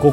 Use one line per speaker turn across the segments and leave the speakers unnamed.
こ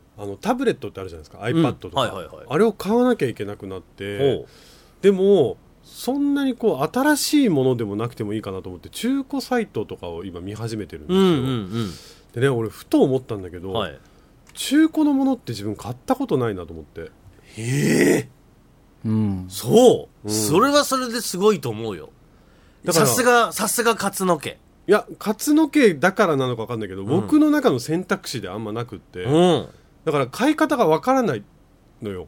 あのタブレットってあるじゃないですか iPad とか、
はいはいはい。
あれを買わなきゃいけなくなって
ほ
でもそんなにこう新しいものでもなくてもいいかなと思って中古サイトとかを今見始めてるんで
う。
す
う
よ、
んうん
でね俺ふと思ったんだけど、
うん。はい。
中古のものって自分買ったことないなと思って
ええ
うん
そ
う
う、
ん
それはそれですごいと思うよ。
だから
さすが、さすが勝野家。
いや勝野家だからなのか分かんないけど、
ん
僕の中の選択肢であんまなくって、
うん。
だから買い方が分からないのよ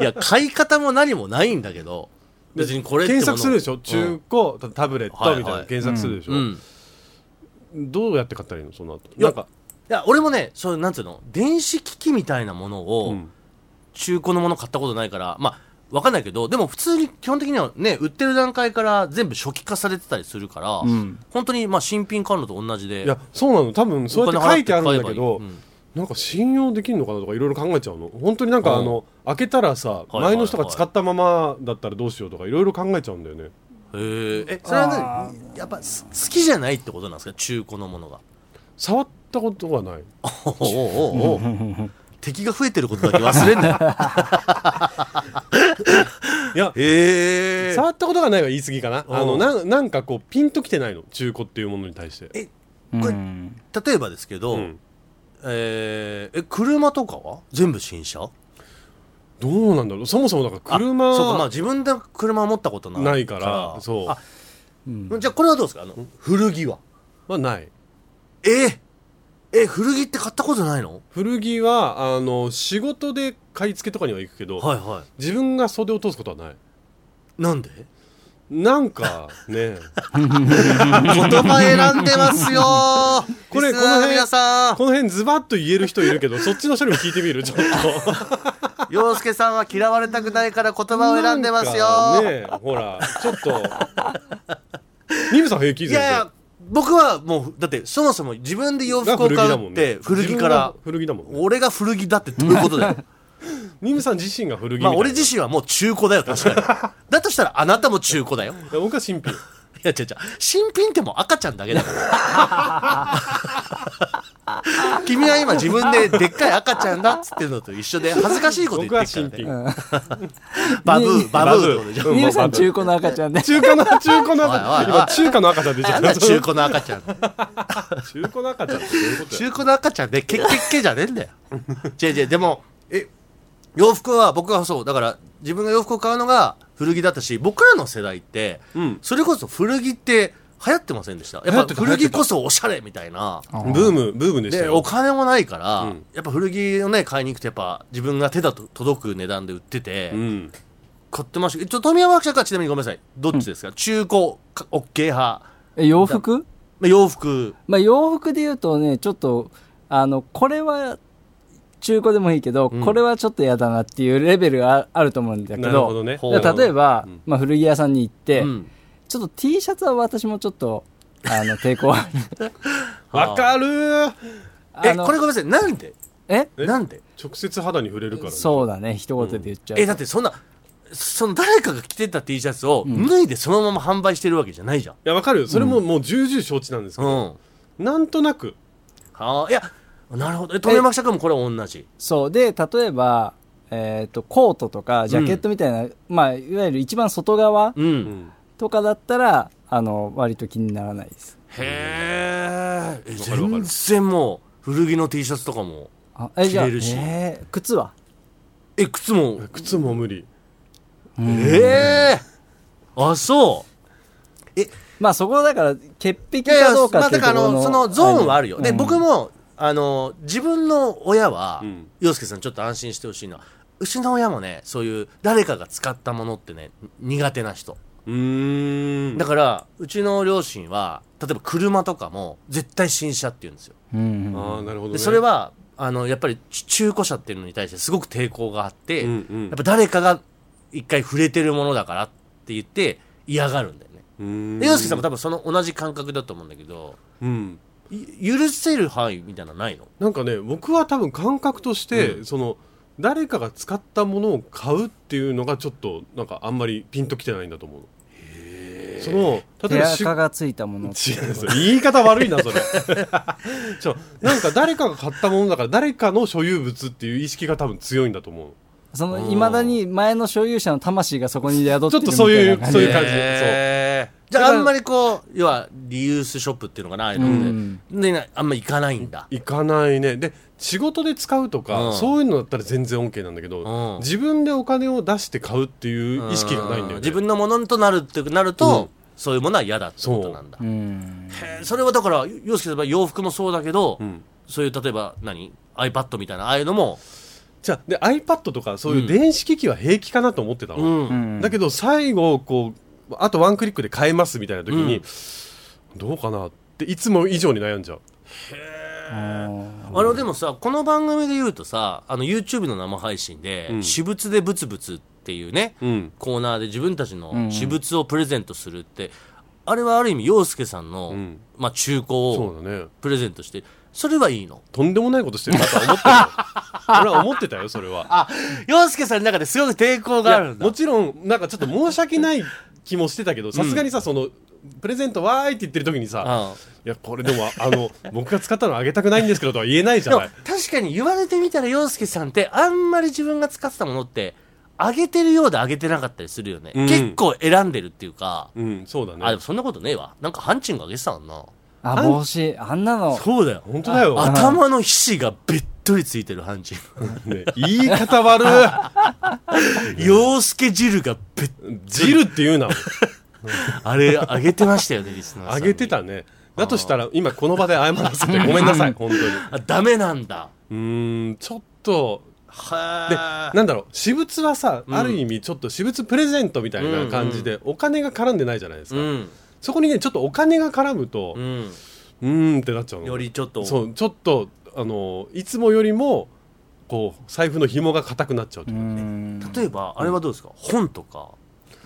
いや、買い方も何もないんだけど、別にこれっても
検
の
索するでしょ中古、タブレットみたいな、
はいはい
検索するでしょ、
うん。い
どうやって買ったらいいのその後
や
なんか、
や、俺もね、そういう、なんつうの、電子機器みたいなものを、
うん
中古のもの買ったことないから、まあ、わかんないけど、でも普通に基本的にはね、売ってる段階から全部初期化されてたりするから、
ん
本当にまあ新品買うのと同じで。
いやそうなの多分そうやって書いてあるんだけど
お金払って買えばいいうん
なんか信用できるのかなとかいろいろ考えちゃうの本当になんか
うん
あの開けたらさ
はいはい
前の人が使ったままだったらどうしようとかいろいろ考えちゃうんだよね
へえ、え、それはね、やっぱす好きじゃないってことなんですか中古のも のが。
触ったことはない
おうおうおうおう 敵が増えてることだけ忘れんなよ。
いや
へえ。
触ったことがないは言い過ぎかな
うん
あのななんかこうピンときてないの中古っていうものに対して
これ
ん
例えばですけど、
うん
えーえ、車とかは全部新車
どうなんだろうそもそもだから
あそうか、まあ
車
自分で車持ったことない
ないからそう
あじゃあこれはどうですかあの古着は
はない
えー、え古着って買ったことないの
古着はあの仕事で買い付けとかには行くけど
はいは
自分が袖を通すことはない
いなんで
なんかね
言葉選んでますよ
これ
リスナーの皆さん
この辺ズバッと言える人いるけどそっちの人にも聞いてみるちょっと
洋介さんは嫌われたくないから言葉を選んでますよ
なんかねほらちょっとニムさん平気
い
全然
やいや僕はもうだってそもそも自分で洋服
が
を
古着だ
買
も
うんって
ね
古着
自分
から
が古着だもん、ね、
俺が古着だってどういうこ とだよ
ニムさん自身が古着みたい
ま
な、
あ俺自身はもう中古だよ確か にだとしたらあなたも中古だよ
いや僕は新品
いや違う違う新品ってもう赤ちゃんだけだから 君は今自分ででっかい赤ちゃんだっつってるのと一緒で恥ずかしいこと言
僕は
ってる
新
から、ね、
品
バブーバブーってことでしょ
う
ニ
も
ム
う
さん中古の赤ちゃ んで。
中華の中華の
おいおいお
赤
い
ちゃん今中華の赤ちゃん出ちゃ
な
っ
んだ
た
中古の赤ちゃん
中華の赤ちゃんってどういうことや
中古の赤ちゃんでけっけっけじゃねえんだよ違う違うでもえ洋服は僕はそうだから自分が洋服を買うのが古着だったし僕らの世代って、
うん
それこそ古着って流行ってませんでした
流行
やっ
って
ぱ
た
古着こそおしゃれみたいな
ブームブームでした
で
よ
お金もないから、
うん
やっぱ古着をね買いに行くとやっぱ自分が手だと届く値段で売ってて、
うん
買ってましたけどちょ富山記者かちなみにごめんなさいどっちですか、中古か OK 派
え洋服
まあ洋服
まあ洋服で言うとね、ちょっと、あの、これは中古でもいいけど、
うん
これはちょっと嫌だなっていうレベルがああると思うんだけ
なるほ
ど、
どね
ほう
だから例えば
うん、
まあ古着屋さんに行って
う、ん
ちょっと T シャツは私もちょっと、あの、抵抗ある。
わかるー
え
あの
これごめんなさいなんで
え
え
なんで
直接肌に触れるからね
そうだね、一言で言っちゃうと。
えだってそんなその誰かが着てた T シャツを脱いでそのまま販売してるわけじゃないじゃん
いやわかるよそれももう重々承知なんですけ
うん、
ど、なんとなく
はあいやなるほどえ富山記者君もこれは同じ
そうで例えば、えー、とコートとかジャケットみたいな、まあ、いわゆる一番外側
うん、
うん
とかだったら、あの割と気にならないです
へーえ
かるわか
全
る
然もう古着の T シャツとかも
あえじゃあ、
着
え
れるし
ー靴は
え靴も
靴も無理
ええあそう
まあそこだから潔癖
いやい
か
や
どうか
まあ
ってい
だ
う
か
と
ら
こ
あ
ろの
のそのゾーンはあるよ、
うん
で僕もあの自分の親は、
うん
洋介さんちょっと安心してほしいのはうちの親もねそういう誰かが使ったものってね苦手な人
うーん
だからうちの両親は例えば車とかも絶対新車って言うんですよ
うん
ああなるほど、ね、
でそれはあの、やっぱりち中古車っていうのに対してすごく抵抗があって、
うんうん
やっぱ誰かが一回触れてるものだからって言って嫌がるんだよね。
うん
で、洋介さんも多分その同じ感覚だと思うんだけど、
うん
い許せる範囲みたいなのないの
なんかね僕は多分感覚として、その誰かが使ったものを買うっていうのがちょっとなんかあんまりピンときてないんだと思うのその例え
手
ばし
垢がついたもの
違うそれ言い方悪いなそれ ちょなんか誰かが買ったものだから誰かの所有物っていう意識が多分強いんだと思うの
そのいまだに前の所有者の魂がそこに宿ってるみたいな
ちょっとそういう
感じ
そういう感じ
へーじゃああんまりこう、要はリユースショップっていうのかな、ああいうので。で、あんま行かないんだ。
行かないねで仕事で使うとか、
うん
そういうのだったら全然 OK なんだけど、
うん
自分でお金を出して買うっていう意識がないんだよね
自分のものとなるってなると、そういうものは嫌だってことなんだ。
うん
へーそれはだから、洋介さんは洋服もそうだけど、
ん
そういう例えば何 iPad みたいな、ああいうのも、
じゃあで iPad とかそういう電子機器は平気かなと思ってたの、
うん
うん
だけど最後こうあとワンクリックで買えますみたいな時に、どうかなっていつも以上に悩んじゃう
あ
あのでもさこの番組で言うとさあの YouTube の生配信で、
うん
私物でブツブツっていうね、
うん
コーナーで自分たちの私物をプレゼントするって、あれはある意味洋介さんの、
ん
まあ、中古
そ
を
うだね
プレゼントしてそれはいいの
とんでもないことしてるなとは思って たよ俺は思ってたよそれは
あ洋介さんの中ですごく抵抗
い
がある
や
んだ
もちろんなんかちょっと申し訳ない気もしてたけどさすがにさそのプレゼントわーいって言ってる時にさ、
うん
いやこれでもあの僕が使ったのあげたくないんですけどとは言えないじ
で
ゃ
も
ない
確かに言われてみたら洋介さんってあんまり自分が使ってたものってあげてるようであげてなかったりするよね、
うん
結構選んでるっていうか、
うんそうだね
あでもそんなことねえわなんかハンチングあげてたもんな
あ帽子あんなの
そうだよ
本当だよ、
頭の皮脂がべっとりついてるハンチング
ね言い方悪い
洋介汁がべっ
ジルって言うな。
あれあげてましたよねリスナーさ
あ
んに
げてたね。だとしたら、今この場で謝らせてごめんなさい、本当に。
あダメなんだ
うーん、ちょっと、
は
なんだろう、私物はさ、
ん
ある意味ちょっと私物プレゼントみたいな感じで、お金が絡んでないじゃないです
う
か。
ん
そこにね、ちょっとお金が絡むと
う、ん
うーんってなっちゃうの。
よりちょっと
そう、ちょっと、あの、いつもよりも、こう、財布の紐が硬くなっちゃうといううか。
ん
例えばあれはどうですか、本とか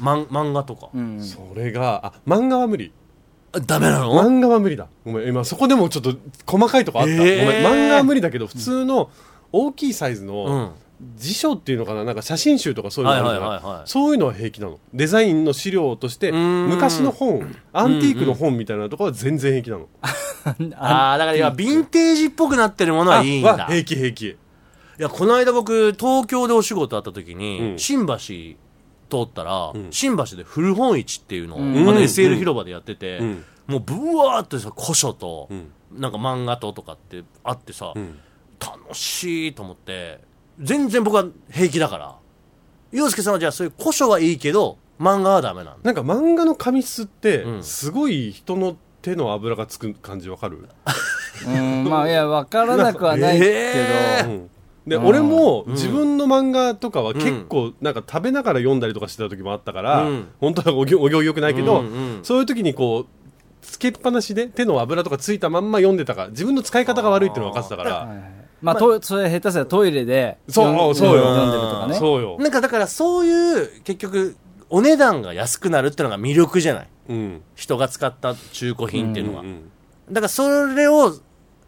漫漫画とか、
うん
それが、あ、漫画は無理。
あダメなの
漫画は無理だごめん今そこでもちょっと細かいとこあった、
えー
ごめん漫画は無理だけど普通の大きいサイズの辞書っていうのかななんか写真集とかそういうのあるじゃない,、
はいはいはいはい
そういうのは平気なのデザインの資料として
うーん
昔の本アンティークの本みたいなとこは全然平気なの、
ああだからいやヴィンテージっぽくなってるものはいいん
は
だ
平気平気
いや、この間僕、東京でお仕事あった時に、
うん
新橋通ったら、
ん
新橋で古本市っていうのを、
ん
あの SL 広場でやってて、
うん
もうブワーってさ、古書と、
うん
なんか漫画ととかってあってさ、
うん
楽しいと思って、全然僕は平気だから。洋介さんはじゃあそういう古書はいいけど、漫画はダメなんだ。
なんか漫画の紙質って
うん
すごい人の手の油がつく感じわかる、
うんまあいや分からなくはないけ
う
え
ど
んで
うん
俺も自分の漫画とかは結構なんか食べながら読んだりとかしてた時もあったから、
うん
本当はお行お行儀良くないけど、
うんうん
そういう時にこうつけっぱなしで手の油とかついたまんま読んでたから自分の使い方が悪いっていうのが分かってたか
はい
ら
はいまあとそれ下手すらトイレで
そうそうよ
読んでるとかね
そうよ、
なんかだからそういう、結局、お値段が安くなるってのが魅力じゃない。
うん
人が使った中古品っていうのは。
うん
だからそれを、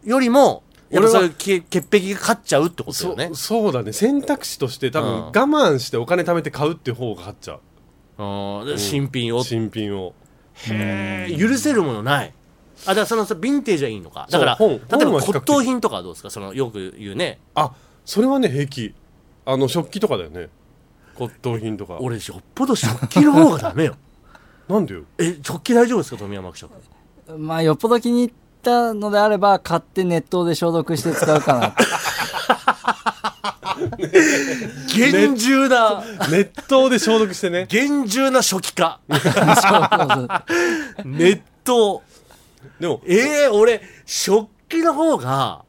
よりも、やっぱそういうけ潔癖が勝っちゃうってことだ
そ
よね
う。そうだね選択肢として多
うん
分我慢してお金貯めて買うっていう方が勝っちゃう
うんで新品を。
新品を
許せるものない。あ、だからその、そのヴィンテージはいいのか。だから、
そう
例え
本本
ば
は比較的
骨董品とかはどうですかその、よく言うね。
あそれはね平気あの食器とかだよね骨董品とか
俺、よっぽど食器の方がダメよ。
なんでよ
え、食器大丈夫ですか富山記者。
まあよっぽど気に入ったのであれば買って熱湯で消毒して使うかなって
厳重な、
熱湯で消毒してね
厳重な初期化。
そうそうそう
熱湯。
でも
ええ俺、食器の方が、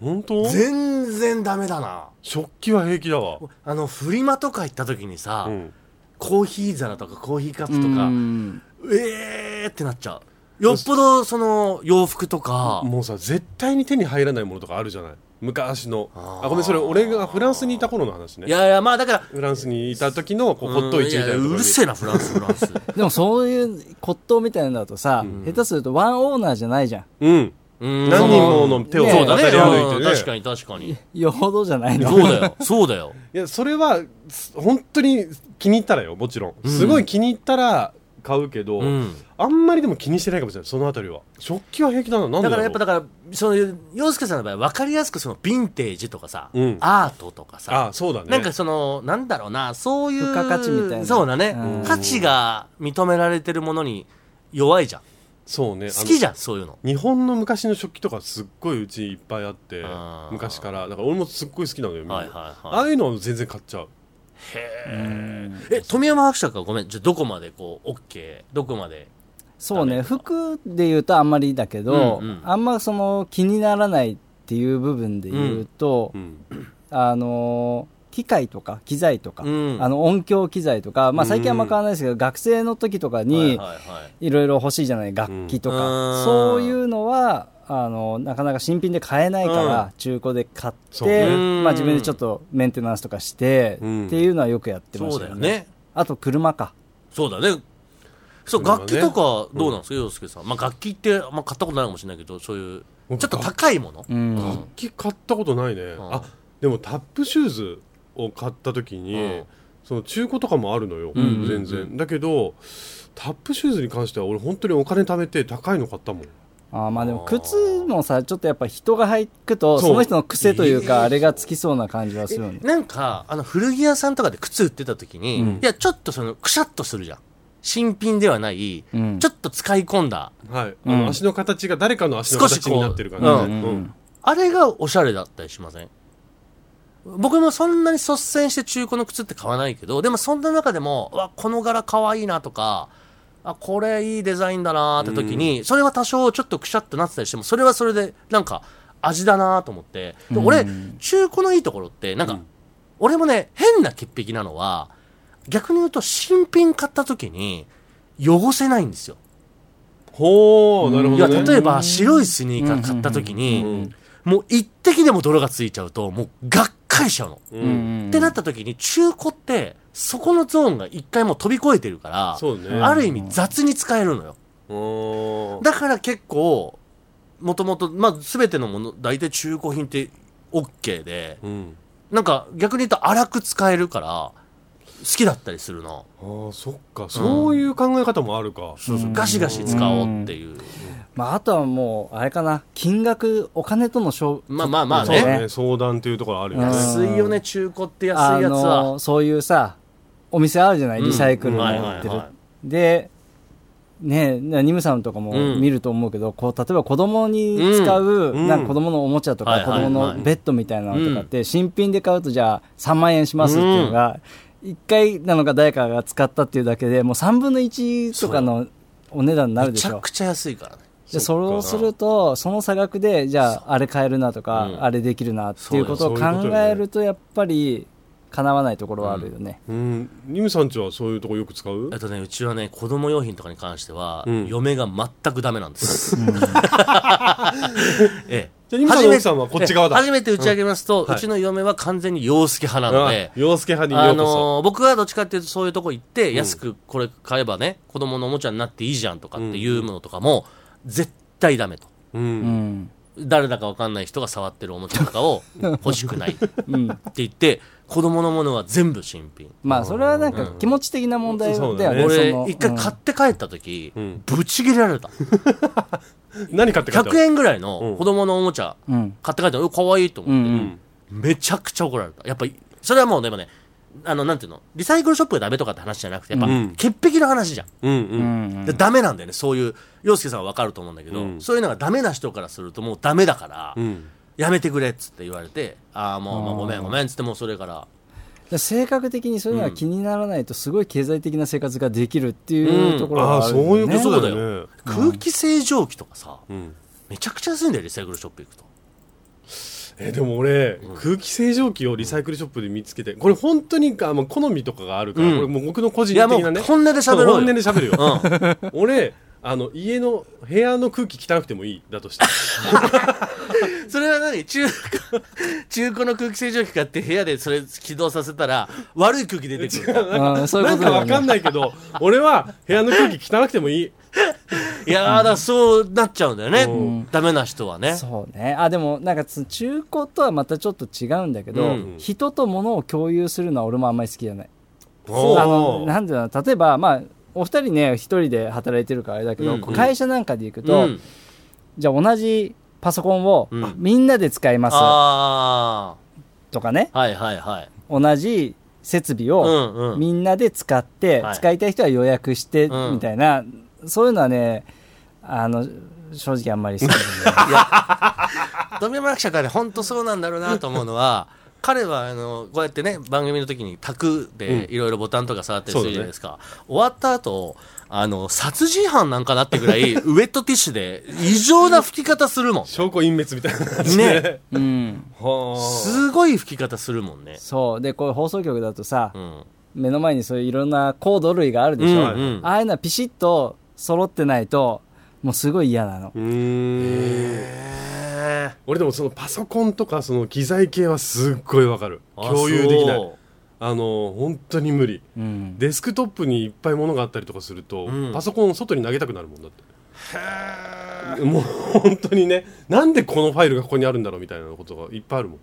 本当
全然ダメだな。
食器は平気だわ
あの、フリマとか行った時にさ、
うん
コーヒー皿とかコーヒーカップ
う
とか、
ん
えーってなっちゃう。よっぽどその洋服とか、
もうさ絶対に手に入らないものとかあるじゃない昔のあごめんそれ俺がフランスにいた頃の話
い
ね
やいや、まあだから、
フランスにいた時のこう骨董市みたいなところ
う
に
るせえな、フランス、フランス。
でもそういう骨董みたいなのだとさ、下手するとワンオーナーじゃないじゃん。
うん
うん
何人もの手を
ね
そう
渡
だね
り歩いて
うん
ね
確かに確かに。
よほどじゃないの。
そうだよ、そうだよ。
いやそれはす本当に気に入ったらよもちろんすごい気に入ったら買うけど、
うん
あんまりでも気にしてないかもしれないそのあたりは食器は平気だななんでだ
だから
ろ
や
う
っぱだから、その、洋介さんの場合、分かりやすくその、ヴィンテージとかさ、
うん
アートとかさ、
あそうだね
なんかその、なんだろうな、そういう。
付加価値みたいな
そうだね
うん。
価値が認められてるものに弱いじゃん。
そうねあの
好きじゃん、そういうの。
日本の昔の食器とかすっごいうちいっぱいあって
あー
昔からだから俺もすっごい好きなのよみんな
はいはい
あ
はい。
あいうのは全然買っちゃう
え、富山伯爵はごめん、じゃあどこまでこう、OK、どこまで。
そうね、服で言うとあんまりだけど、
うんうん
あんまその気にならないっていう部分で言うと、
うん
あのー機械とか機材とか、
うん
あの音響機材とか、まあ、最近あんま買わないですけど、学生の時とかに
はいはいはい。
いろいろ欲しいじゃない楽器とか、
うん
そういうのはあのなかなか新品で買えないから、
う
中古で買って、
そうね
まあ、自分でちょっとメンテナンスとかして、
うん
っていうのはよくやってま
そ
し
う
た
だよ
よね
ね。
あと車か
そうだね。そう、
車ね
楽器とかどうなんですか、洋介さん。まあ、楽器って、まあ、買ったことないかもしれないけど、そういう、
僕
ちょっと高いもの。
うん
楽器買ったことないね、
ん
あでもタップシューズを買った時に、
うん
その中古とかもあるのよ、
んうんうん
全然だけどタップシューズに関しては俺本当にお金貯めて高いの買ったもん
あーまあでも靴もさちょっとやっぱ人が履くと
そ
そうの人の癖というかあれがつきそうな感じはするよね
なんか、あの、古着屋さんとかで靴売ってた時に、いや、ちょっとその、くしゃっとするじゃん。新品ではない、
うん
ちょっと使い込んだ。
はいあの、
うん
足の形が誰かの足の
少し
形
こう
になってる感じね
うん
うん
あれがおしゃれだったりしません僕もそんなに率先して中古の靴って買わないけど、でもそんな中でも、うわ、この柄可愛いなとか、あ、これいいデザインだなって時に、それは多少ちょっとくしゃっとなってたりしても、それはそれで、なんか、味だなと思って。で俺、中古のいいところって、なんか、俺もね、変な潔癖なのは、逆に言うと新品買った時に、汚せないんですよ。
ほうなるほ
いや、
ど、ね、
例えば白いスニーカー買った時に、もう一滴でも泥がついちゃうと、もうがっかりしちゃうの。
うん
ってなった時に中古って、そこのゾーンが一回もう飛び越えてるから、
そうね
ある意味雑に使えるのよ。
うん
だから結構、もともと、まあ、すべてのもの、大体中古品って OK で、
うん
なんか逆に言うと荒く使えるから、好きだったりするな。
あーそっかそういう考え方もあるか、
そうそう、ガシガシ使おうっていう。
まあ、あとはもうあれかな金額お金との勝負
まあまあまあ
そうだ
ね。
ね相談っていうところあるよね、
うん
安いよね、中古って
あ
安いやつは。
のそういうさお店あるじゃない
うん
リサイクルの
は
や
いはいはい
ってるでねなニムさんとかも
うん
見ると思うけど、こう例えば子供に使う、
ん
なんか子供のおもちゃとか、
はい
子
はいはい
供のベッドみたいなのとかって、新品で買うとじゃあ3万円しますっていうのが、1回なのか誰かが使ったっていうだけでもう3分の1とかのお値段になる
め
で
ち
し
ゃ
ょ
くちゃ安いからね。
でそれをするとその差額でじゃああれ買えるなとか、
うん
あれできるなっていうこと
そう
を考
だそういうことよね
えるとやっぱりかなわないところはあるよね、
うん、ニムさんちはそういうとこよく使う
えっとね、うちはね、子供用品とかに関しては、
うん
嫁が全くダメなんです。 ええ。
じゃあニムさんの奥さんはこっち側だ
初めて初めて打ち上げますと、う
はい
ちの嫁は完全に洋介派なので、
あ洋介派に
あ
ようこそ、
のー僕はどっちかっていうとそういうとこ行って、安くこれ買えばね、子供のおもちゃになっていいじゃんとかっていうものとかも、絶対ダメと。
うん
うん
誰だかわかんない人が触ってるおもちゃとかを欲しくないって
うん、
言って、子供のものは全部新品。
まあそれはなんか気持ち的な問題だよね、
うん
俺
その、
一回買って帰った時、
ん
ぶち切れられた。
何買って買った
100円ぐらいの
ん
子供のおもちゃ
うんうん
買って帰ったの、うわ可愛いと
うん
思って、めちゃくちゃ怒られた。やっぱ、それはもうでもね、あの、なんていうの、リサイクルショップがダメとかって話じゃなくて、やっぱ、
うん
潔癖の話じゃん。
うんう
うん
ん
でダメなんだよね、そういう、洋介さんはわかると思うんだけど、
うん
そういうのがダメな人からするともうダメだから、
うん
やめてくれっつって言われて、ああ、もう、まあ、ごめんごめんっつってもうそれから、
で性格的にそういうのは気にならないとすごい経済的な生活ができるっていうところ
あ
は
あ
ある
そ
よね、
ういうことだ
ね
よね
空気清浄機とかさ、
うん
めちゃくちゃ安いんだよ、リサイクルショップ行くと。
えでも俺、空気清浄機をリサイクルショップで見つけてこれ本当にかもう好みとかがあるから、
うん
これもう僕の個人
いや、も
的な
う
ね
本音で喋ろうよ。
そう本音で喋るよ、俺あの家の部屋の空気汚くてもいいだとして
それは何中古中古の空気清浄機買って部屋でそれ起動させたら悪い空気出てくるから
うん、そういう
な
こ
ん
と
か
だよ
わかん
ね。
ないけど俺は部屋の空気汚くてもいい
いやーだからそうなっちゃうんだよね、
うん
ダメな人はね
そうね。あ、でも、なんか、その中古とはまたちょっと違うんだけど、
うん
人と物を共有するのは俺もあんまり好きじゃない。
おー
あの、なんていうの、例えば、まあ、お二人ね、一人で働いてるからあれだけど、
うん
こう会社なんかで行く
う
と、
ん、
じゃあ同じパソコンを
うん
みんなで使います
あ
とかね、
あはいはいはい
同じ設備を
うんうん
みんなで使って、
はい
使いたい人は予約して、
うん
みたいな、そういうのはね、あの、正直あんまり好きじ ゃない。
富山社会で本当そうなんだろうなと思うのは彼はあのこうやってね番組の時に卓でいろいろボタンとか触ったりするじゃないですか、終わった後あの殺人犯なんかなってぐらい ウェットティッシュで異常な吹き方するもん
証拠隠滅みたいな感じで
ね
うん。
はあ
すごい吹き方するもんね、
そう。で、こういう放送局だとさ
う、ん、
目の前にそういういろんなコード類があるでしょ。
うんうん
ああいうのはピシッと揃ってないと、もうすごい嫌なの。
うーん
へえ
俺でもそのパソコンとかその機材系はすっごいわかる共有できないあの本当に無理
うん。
デスクトップにいっぱい物があったりとかすると、
うん
パソコンを外に投げたくなるもんだってもう本当にねなんでこのファイルがここにあるんだろうみたいなことがいっぱいあるもん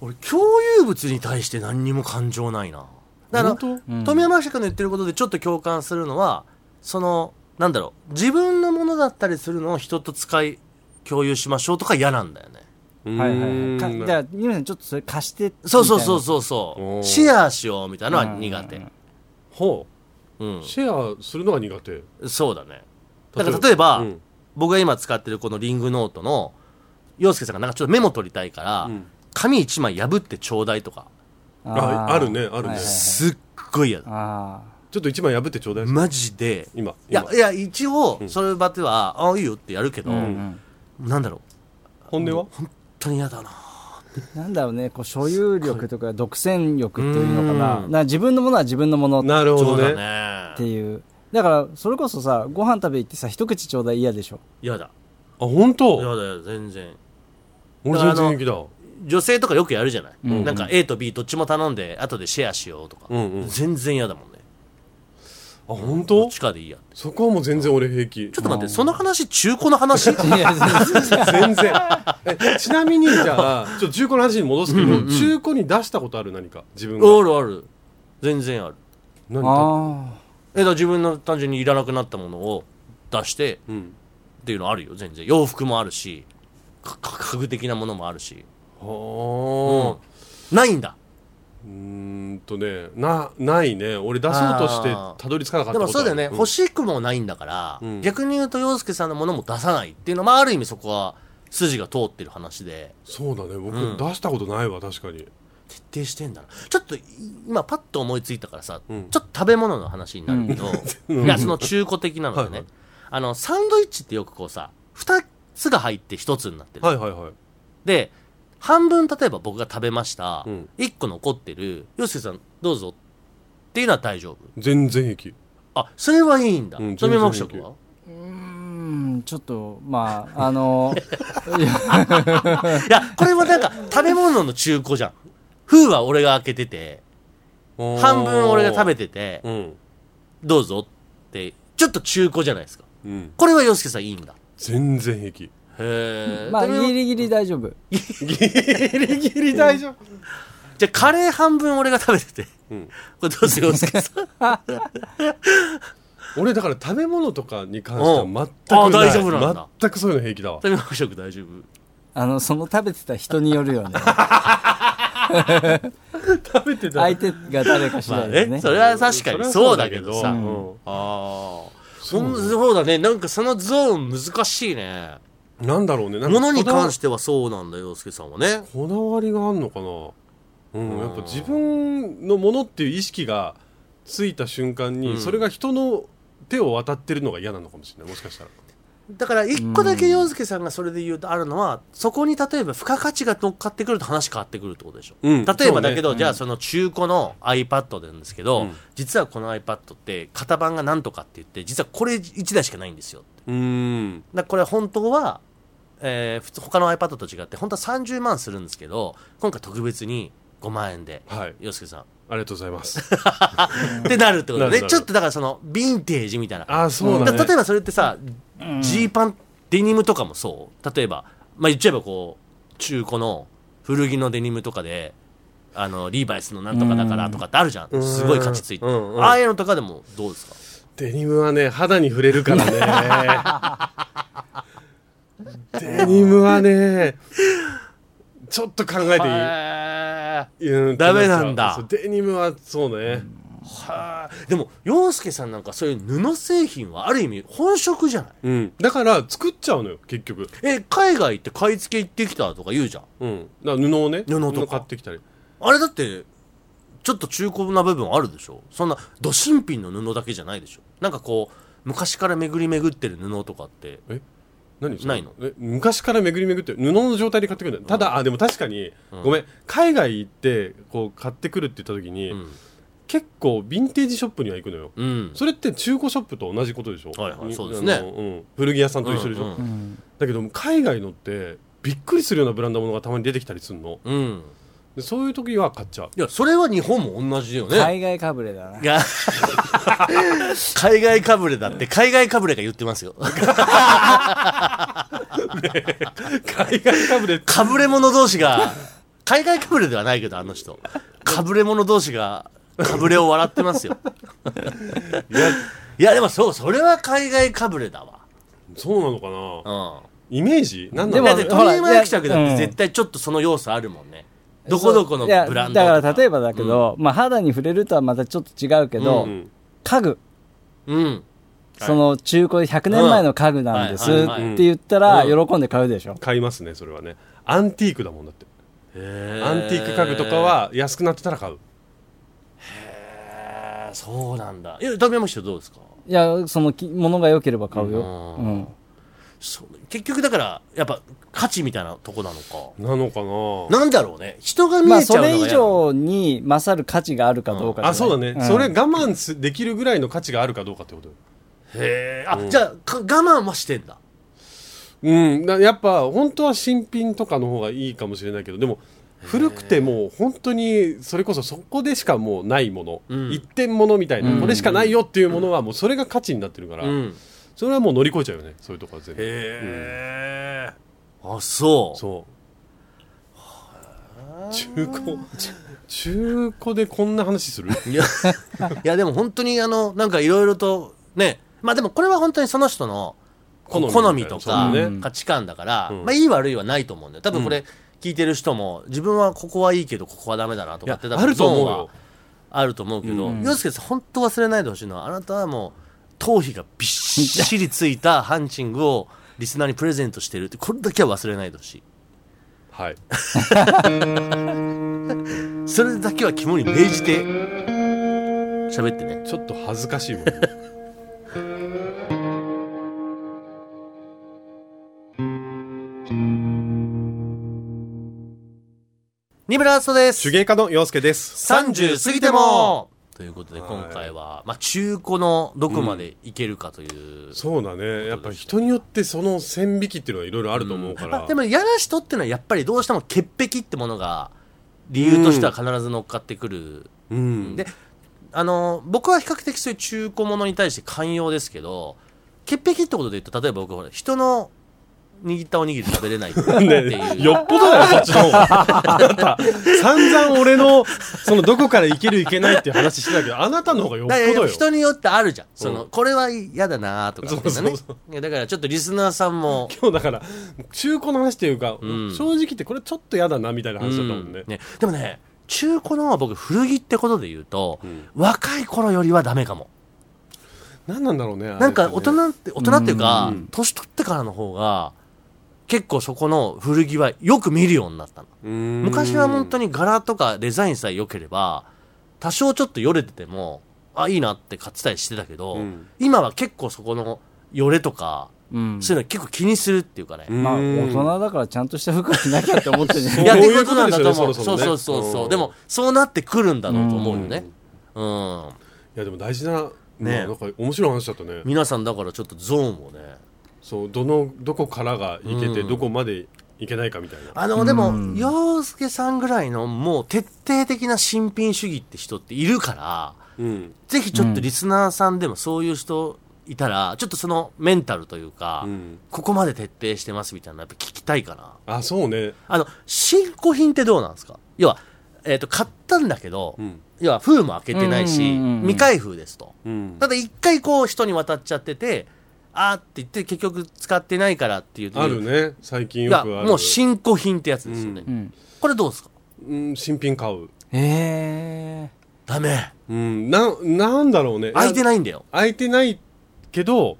俺共有物に対して何にも感情ないなだから
本
うん
富山社君の言ってることでちょっと共感するのはそのなんだろう自分のものだったりするのを人と使い共有しましょうとか嫌なんだよね
当
はいはいうは
ーん
い。かじゃあ、ニムさんちょっとそれ貸して。
そうそうそう
み
そうそ
おー
うシェアしようみたいなのは苦
う
手
ん
ほ
うん
うシェアするのが苦手
そうだねだから例えば、
うん
僕が今使ってるこのリングノートの洋介さんがなんかちょっとメモ取りたいから、
うん
紙一枚破ってちょうだいとか
たいな。
あ
ー
あるねあるね、
はいはい
すっごい嫌だ
あ
ちょっと一枚破ってちょうだい、
マジで
今
いや
今
いや一応そういう場では、ああいいよってやるけど、
あ。うん
なんだろう
本音は、
本当に嫌だな
なんだろうね、こう所有力とか独占力というのかな。
うん
な自分のものは自分のものっ
なるほど
そう
ね
だ
て
ね
いう。だから、それこそさ、ご飯食べ行ってさ、一口ちょうだい嫌でし ょ。
嫌だ
あ本
嫌
当
だよ全然
俺全然平気だ
女性とかよくやるじゃない、
ん
なんか A と B どっちも頼んで後でシェアしようとか、
うんうんあ
全然嫌だもんね
本
どっ
当
ちかでいいやって
そこはもう全然俺平気
ちょっと待ってその話中古 の話
いや
全然 えちなみにじ ゃあちょっと中古の話に戻すけど、中古に出したことある何か自分が
あるある全然ある
何か
あ
えだから自分の単純にいらなくなったものを出してっ
うん
ていうのあるよ全然洋服もあるしかか家具的なものもあるし
はあ
ないんだ
うーんとねなないね俺出そうとして
あー
たどり着かなかっ
で
たこと
もそ
あ
う
る
だよね、
ん
欲しくもないんだから、
うん
逆に言うと洋介さんのものも出さないっていうのは、まあ、ある意味そこは筋が通ってる話で
そうだね僕、
うん
出したことないわ確かに
徹底してんだなちょっとい今パッと思いついたからさ、
うん
ちょっと食べ物の話になるけど、 いやその中古的なのでね、
はいはい
あのサンドイッチってよくこうさ2つが入って1つになってる、
はいはいはい
で半分例えば僕が食べました、
うん
1個残ってる洋介さんどうぞっていうのは大丈夫
全然平気
あそれはいいんだ、
うん
富山
全然
食
平気
は
ーうん、ちょっと、まあ、あの、
いや、これはなんか、食べ物の中古じゃん。封は俺が開けてて、半分俺が食べてて、
うん、
どうぞって、ちょっと中古じゃないですか。
うん、
これは洋介さんいいんだ。
全然平気
へえ。
まあ、
食べ物
ギリギリ大丈夫。
ギリギリ大丈夫
じゃあ、カレー半分俺が食べてて、
うん
これどうする洋介 さん。
俺だから食べ物とかに関しては全くない、
うんあ大丈夫なんだ
全くそういうの平気だわ
富山食大丈夫。
あの、その食べてた人によるよね。
食べてた
相手が誰か次
まあ
第で
ね、
ね。
それは確かにそうだけどさ。
うん
ああ。そんそうだね。なんかそのゾーン難しいね。
なんだろうねなんか
物に関しててはそうなんだ、洋介さんはね。
こだわりがあるのかなうん、
うん
やっぱ自分のものっていう意識がついた瞬間に、
うん
それが人の手を渡ってるのが嫌なのかもしれないもしかしたら
だから一個だけ洋介さんがそれで言うとあるのはそこに例えば付加価値が乗っかってくると話変わってくるってことでしょ、
うん
例えばだけど、
そうね
じゃあその中古の iPad なんですけど、
うん
実はこの iPad って型番がなんとかって言って実はこれ1台しかないんですよ
うーん
だからこれ本当は、えー普通他の iPad と違って本当は30万するんですけど今回特別に5万円で
はい
洋介さん
ありがとうございます
ってなるってこと
なる
ね
なる
ちょっとだからそのヴィンテージみたいな
あーそうだ
だ
ね
例えばそれってさジー、パンデニムとかもそう例えば、まあ、言っちゃえばこう中古の古着のデニムとかであのリーバイスのなんとかだからとかってあるじゃん、
うん
すごい価値ついて、
うんうん
ああいうのとかでもどうですか
デニムはね肌に触れるから ねデニムはねちょっと考えていい
へー
うん
ダメなんだ
そうデニムはそうね
はーでも洋介さんなんかそういう布製品はある意味本職じゃない
うんだから作っちゃうのよ結局
え海外行って買い付け行ってきたとか言うじゃん
うんだから布をね
布とか
買ってきたり
あれだってちょっと中古な部分あるでしょそんなど新品の布だけじゃないでしょなんかこう昔から巡り巡ってる布とかって
何それ
ないの
え昔から巡り巡って布の状態で買ってくるんだよただ、あでも確かに、
うん
ごめん海外行ってこう買ってくるって言った時に、
うん、
結構ヴィンテージショップには行くのよ
うん、
それって中古ショップと同じことでしょ
はいはい
に
そうですね
あのうん古着屋さんと一緒でしょ、
うん
うん
だけど海外のってびっくりするようなブランドものがたまに出てきたりするの
うん。
でそういう時は買っちゃう
いや、それは日本も同じだよね。
海外かぶれだな。
いや海外かぶれだって、海外かぶれが言ってますよ。
海外かぶれ
かぶれ者同士が、海外かぶれではないけど、あの人。かぶれ者同士が、かぶれを笑ってますよ。いや、でもそう、それは海外かぶれだ
そうなのかな
わ。
イメージなんだ
うん。
ろう
だっ
でも
て、
ほら
鳥山役者だっ
い
て
や
絶対ちょっとその要素あるもんね。どこどこのブランド
そ
と
うい
か。
やだから例えばだけど、まあ肌に触れるとはまたちょっと違うけど、
うん
家具。
うん。
その中古で100年前の家具なんです
うんはい
っ
はいはい
て言ったら
う
喜んで買うでしょ。
買いますねそれはねアンティークだもんだって
アン
アンティーク家具とかは安くなってたら買う
えーそうなんだ。いや、ダメもしてどうですか
いや、そのき物が良ければ買うよ。
う
うんん。
そう結局だから、やっぱ価値みたいなとこなのか。
なのかな
なんだろうね。人が見
ま
え
あ
ちゃ
そう
のが
れ
嫌
以上に勝る価値があるかどうかじゃない
あそうだね、
ん
それ我慢すできるぐらいの価値があるかどうかってことよ
へえ。あ、じゃあ、か我慢はしてんだ。
うんなやっぱ本当は新品とかの方がいいかもしれないけどでも古くてもう本当にそれこそそこでしかもうないもの、
うん
一点ものみたいな、
うん
これしかないよっていうものはもうそれが価値になってるから、
うん。
それはもう乗り越えちゃうよねそういうとこは全部
へえ。あ、そう。
そう中古中古でこんな話 する
いや、いやでも本当にあの、なんかいろいろと、ね。まあでもこれは本当にその人のこう好みとか
そうだね
価値観だから、
うん
まあいい悪いはないと思うんだよ。多分これ聞いてる人も、自分はここはいいけど、ここはダメだな
い
とか
や
って、多分
あると思う
ゾーンは
よ
あると思うけど、
うん
洋介さん、本当忘れないでほしいのは、あなたはもう、頭皮がびっしりついたハンチングをリスナーにプレゼントしてるって、これだけは忘れないでほしい。
はい
それだけは肝に銘じて、喋ってね。
ちょっと恥ずかしいもん
ニブラストです
手。芸家の洋介です
30過ぎてもということで、今回は、まあ、中古のどこまでいけるかという。
そうだねやっぱ人によってその線引きっていうのはいろいろあると思うから、
まあでも、やらしとってのは、やっぱりどうしても潔癖ってものが、理由としては必ず乗っかってくる。
うん
であの僕は比較的そういう中古物に対して寛容ですけど潔癖ってことで言うと例えば僕ほら人の握ったおにぎり食べれないって いう、
よっぽどだよ、そっちの方が。あなた、散々俺の、その、どこから行ける行けないっていう話してたけど、あなたの方がよっぽ
だから
どよ。
人によってあるじゃんその、
うん
これは嫌だなとかっていうのね
そうそう
いやだからちょっとリスナーさんも、
今日だから、中古の話っていうか、
うん
正直言ってこれちょっと嫌だな、みたいな話だったもんね。
うんねでもね中古のは僕古着ってことで言うと、
ん
若い頃よりはダメかも
何なんだろうね。あれってね
なんか大人って、大人っていうか、
うん
年取ってからの方が結構そこの古着はよく見るようになったの昔は本
に。
当に柄とかデザインさえ良ければ、多少ちょっとよれてても、あ、いいなって買ってたりしてたけど、
うん
今は結構そこのよれとか、
うん
そういうの結構気にするっていうかね、
まあ、大人だからちゃんとした服は着なきゃって思ってね。
う
いやっていうことなんだと思う
そ
そうう
いうことですよね
そ
そろそろ
うそ
ねう
うそ
ん
うでもそうなってくるんだろうと思うよねう
い
ん、
やでも大事な、ね
ね
なんか面白い話だったね
皆さんだからちょっとゾーンをね
そうどのどこからがいけて、どこまでいけないかみたいな
あのでも洋介さんぐらいのもう徹底的な新品主義って人っているから
うん
ぜひちょっとリスナーさんでもそういう人いたら、ちょっとそのメンタルというか、
うん
ここまで徹底してますみたいなのやっぱ聞きたいかな
あそうね
あの新古品ってどうなんですか要は、えー、と買ったんだけど、
うん
要は封も開けてないし、
うんうんうんうん
未開封ですと
うん
ただ一回こう人に渡っちゃっててあーって言って結局使ってないからっていう
あるね最近
い
よく
や
ある
もう新古品ってやつですよね、
うん。
これどうですか
うん、新品買う、
え
ダメ
うん、ななんだろうね
開いて
い
ないんだよ
空いてないけど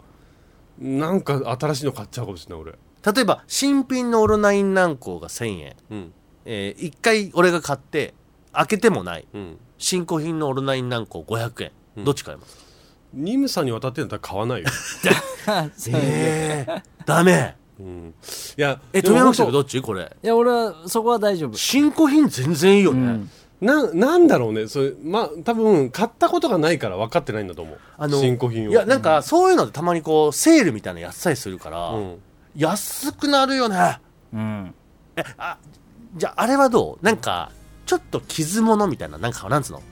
なんか新しいの買っちゃうかもしれない俺
例えば新品のオロナイン軟膏が1000円
うん
えー、一回俺が買って開けてもない
うん
新古品のオロナイン軟膏500円、
うん
どっち買います
ニムさんに渡ってんだったら買わ ないよ、
ーそう
ええダメ
うん、いや
え
でも
富山
本当
市どっちこれ
いや、俺は、そこは大丈夫。
新古品全然いいよね、
うん
ななんだろうねそれまあ多分買ったことがないから分かってないんだと思う
あの
新古品を
いやなんかそういうのでたまにこうセールみたいなのやってたりするから、
うん
安くなるよね
うん。
えあじゃああれはどうなんかちょっと傷物みたいななんかなんつうの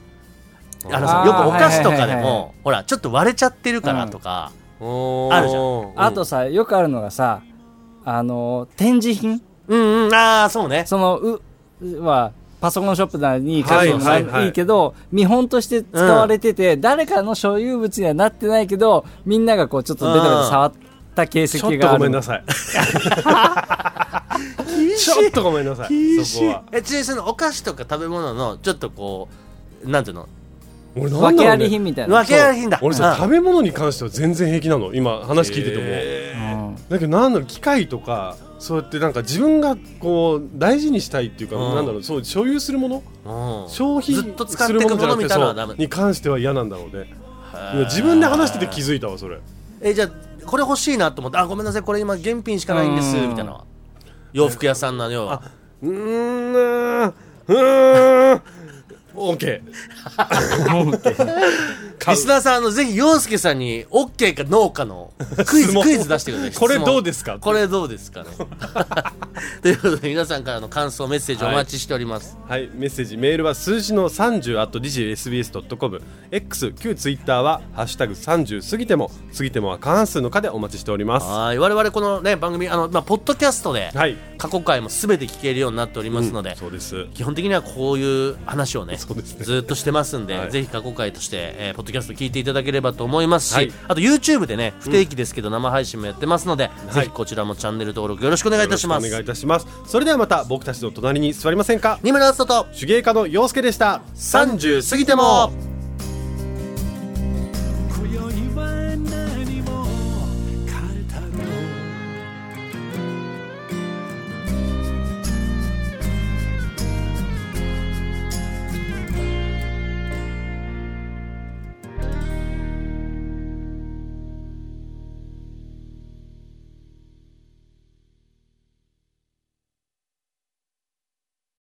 あのさ
あー
よくお菓子とかで
はいはいはいは
もほらちょっと割れちゃってるからとか、
あ
あるじゃん
あとさ、よくあるのがさ、あの、展示品
うん、うんああそうね
その、う、うは、パソコンショップならに買うのも
はいはいはい
いいけど、見本として使われてて、誰かの所有物にはなってないけど、みんながこう、ちょっとベタベタ触った形
ちょ
跡
っと
があ
ごめ
る。
んなさいちょっとごめんな さいそこは
えちなみにそのお菓子とか食べ物のちょっとこうなんていうの
俺なんだろう
訳
ね
あり品みたいな。
分け合い品だ
俺さ
うん
食べ物に関しては全然平気なの今話聞いてても、
うん
だけどなんだろう機械とかそうやってなんか自分がこう大事にしたいっていうか、
うん
なんだろうそう所有するもの
うん
消費す
ず
る
っと使っていく
ものじ
も
ゃな
の
くて
みた
そ
いなのはダ
う
メ
に関しては嫌なんだろうね今自分で話してて気づいたわそれ
えじゃあこれ欲しいなと思ってあごめんなさいこれ今現品しかないんです
うん
みたいな洋服屋さんなのよ
うーんうーん OK 買
リ
う
スナーさんあのぜひ洋介さんに OK か NO かのクイ
質
ズ
問
クイズ出してくださ い
これ
質問
どうですか
これどうですかね ということで皆さんからの感想メッセージお待ちしております、
はい、メッセージメールは数字の30 at digisbs.com X 旧ツイッターは「ハッシュタグ #30 過ぎても過ぎても」は過半数の課でお待ちしておりますは
はい我々このね番組あの、まあ、ポッドキャストで
い
過去回も全て聞けるようになっておりますので、
そうです
基本的にはこういう話をね
そうですね
ずっとしてますんで、
はい
ぜひ過去回として、えーポッドキャスト聞いていただければと思いますし、
はい
あと YouTube でね不定期ですけど生配信もやってますので、ぜひこちらもチャンネル登録よろしくお願いいたしま
よろくお願い
す
いたしますそれではまた僕たちの隣に座りませんか
二村敦人と
手芸家の陽介でした
30過ぎても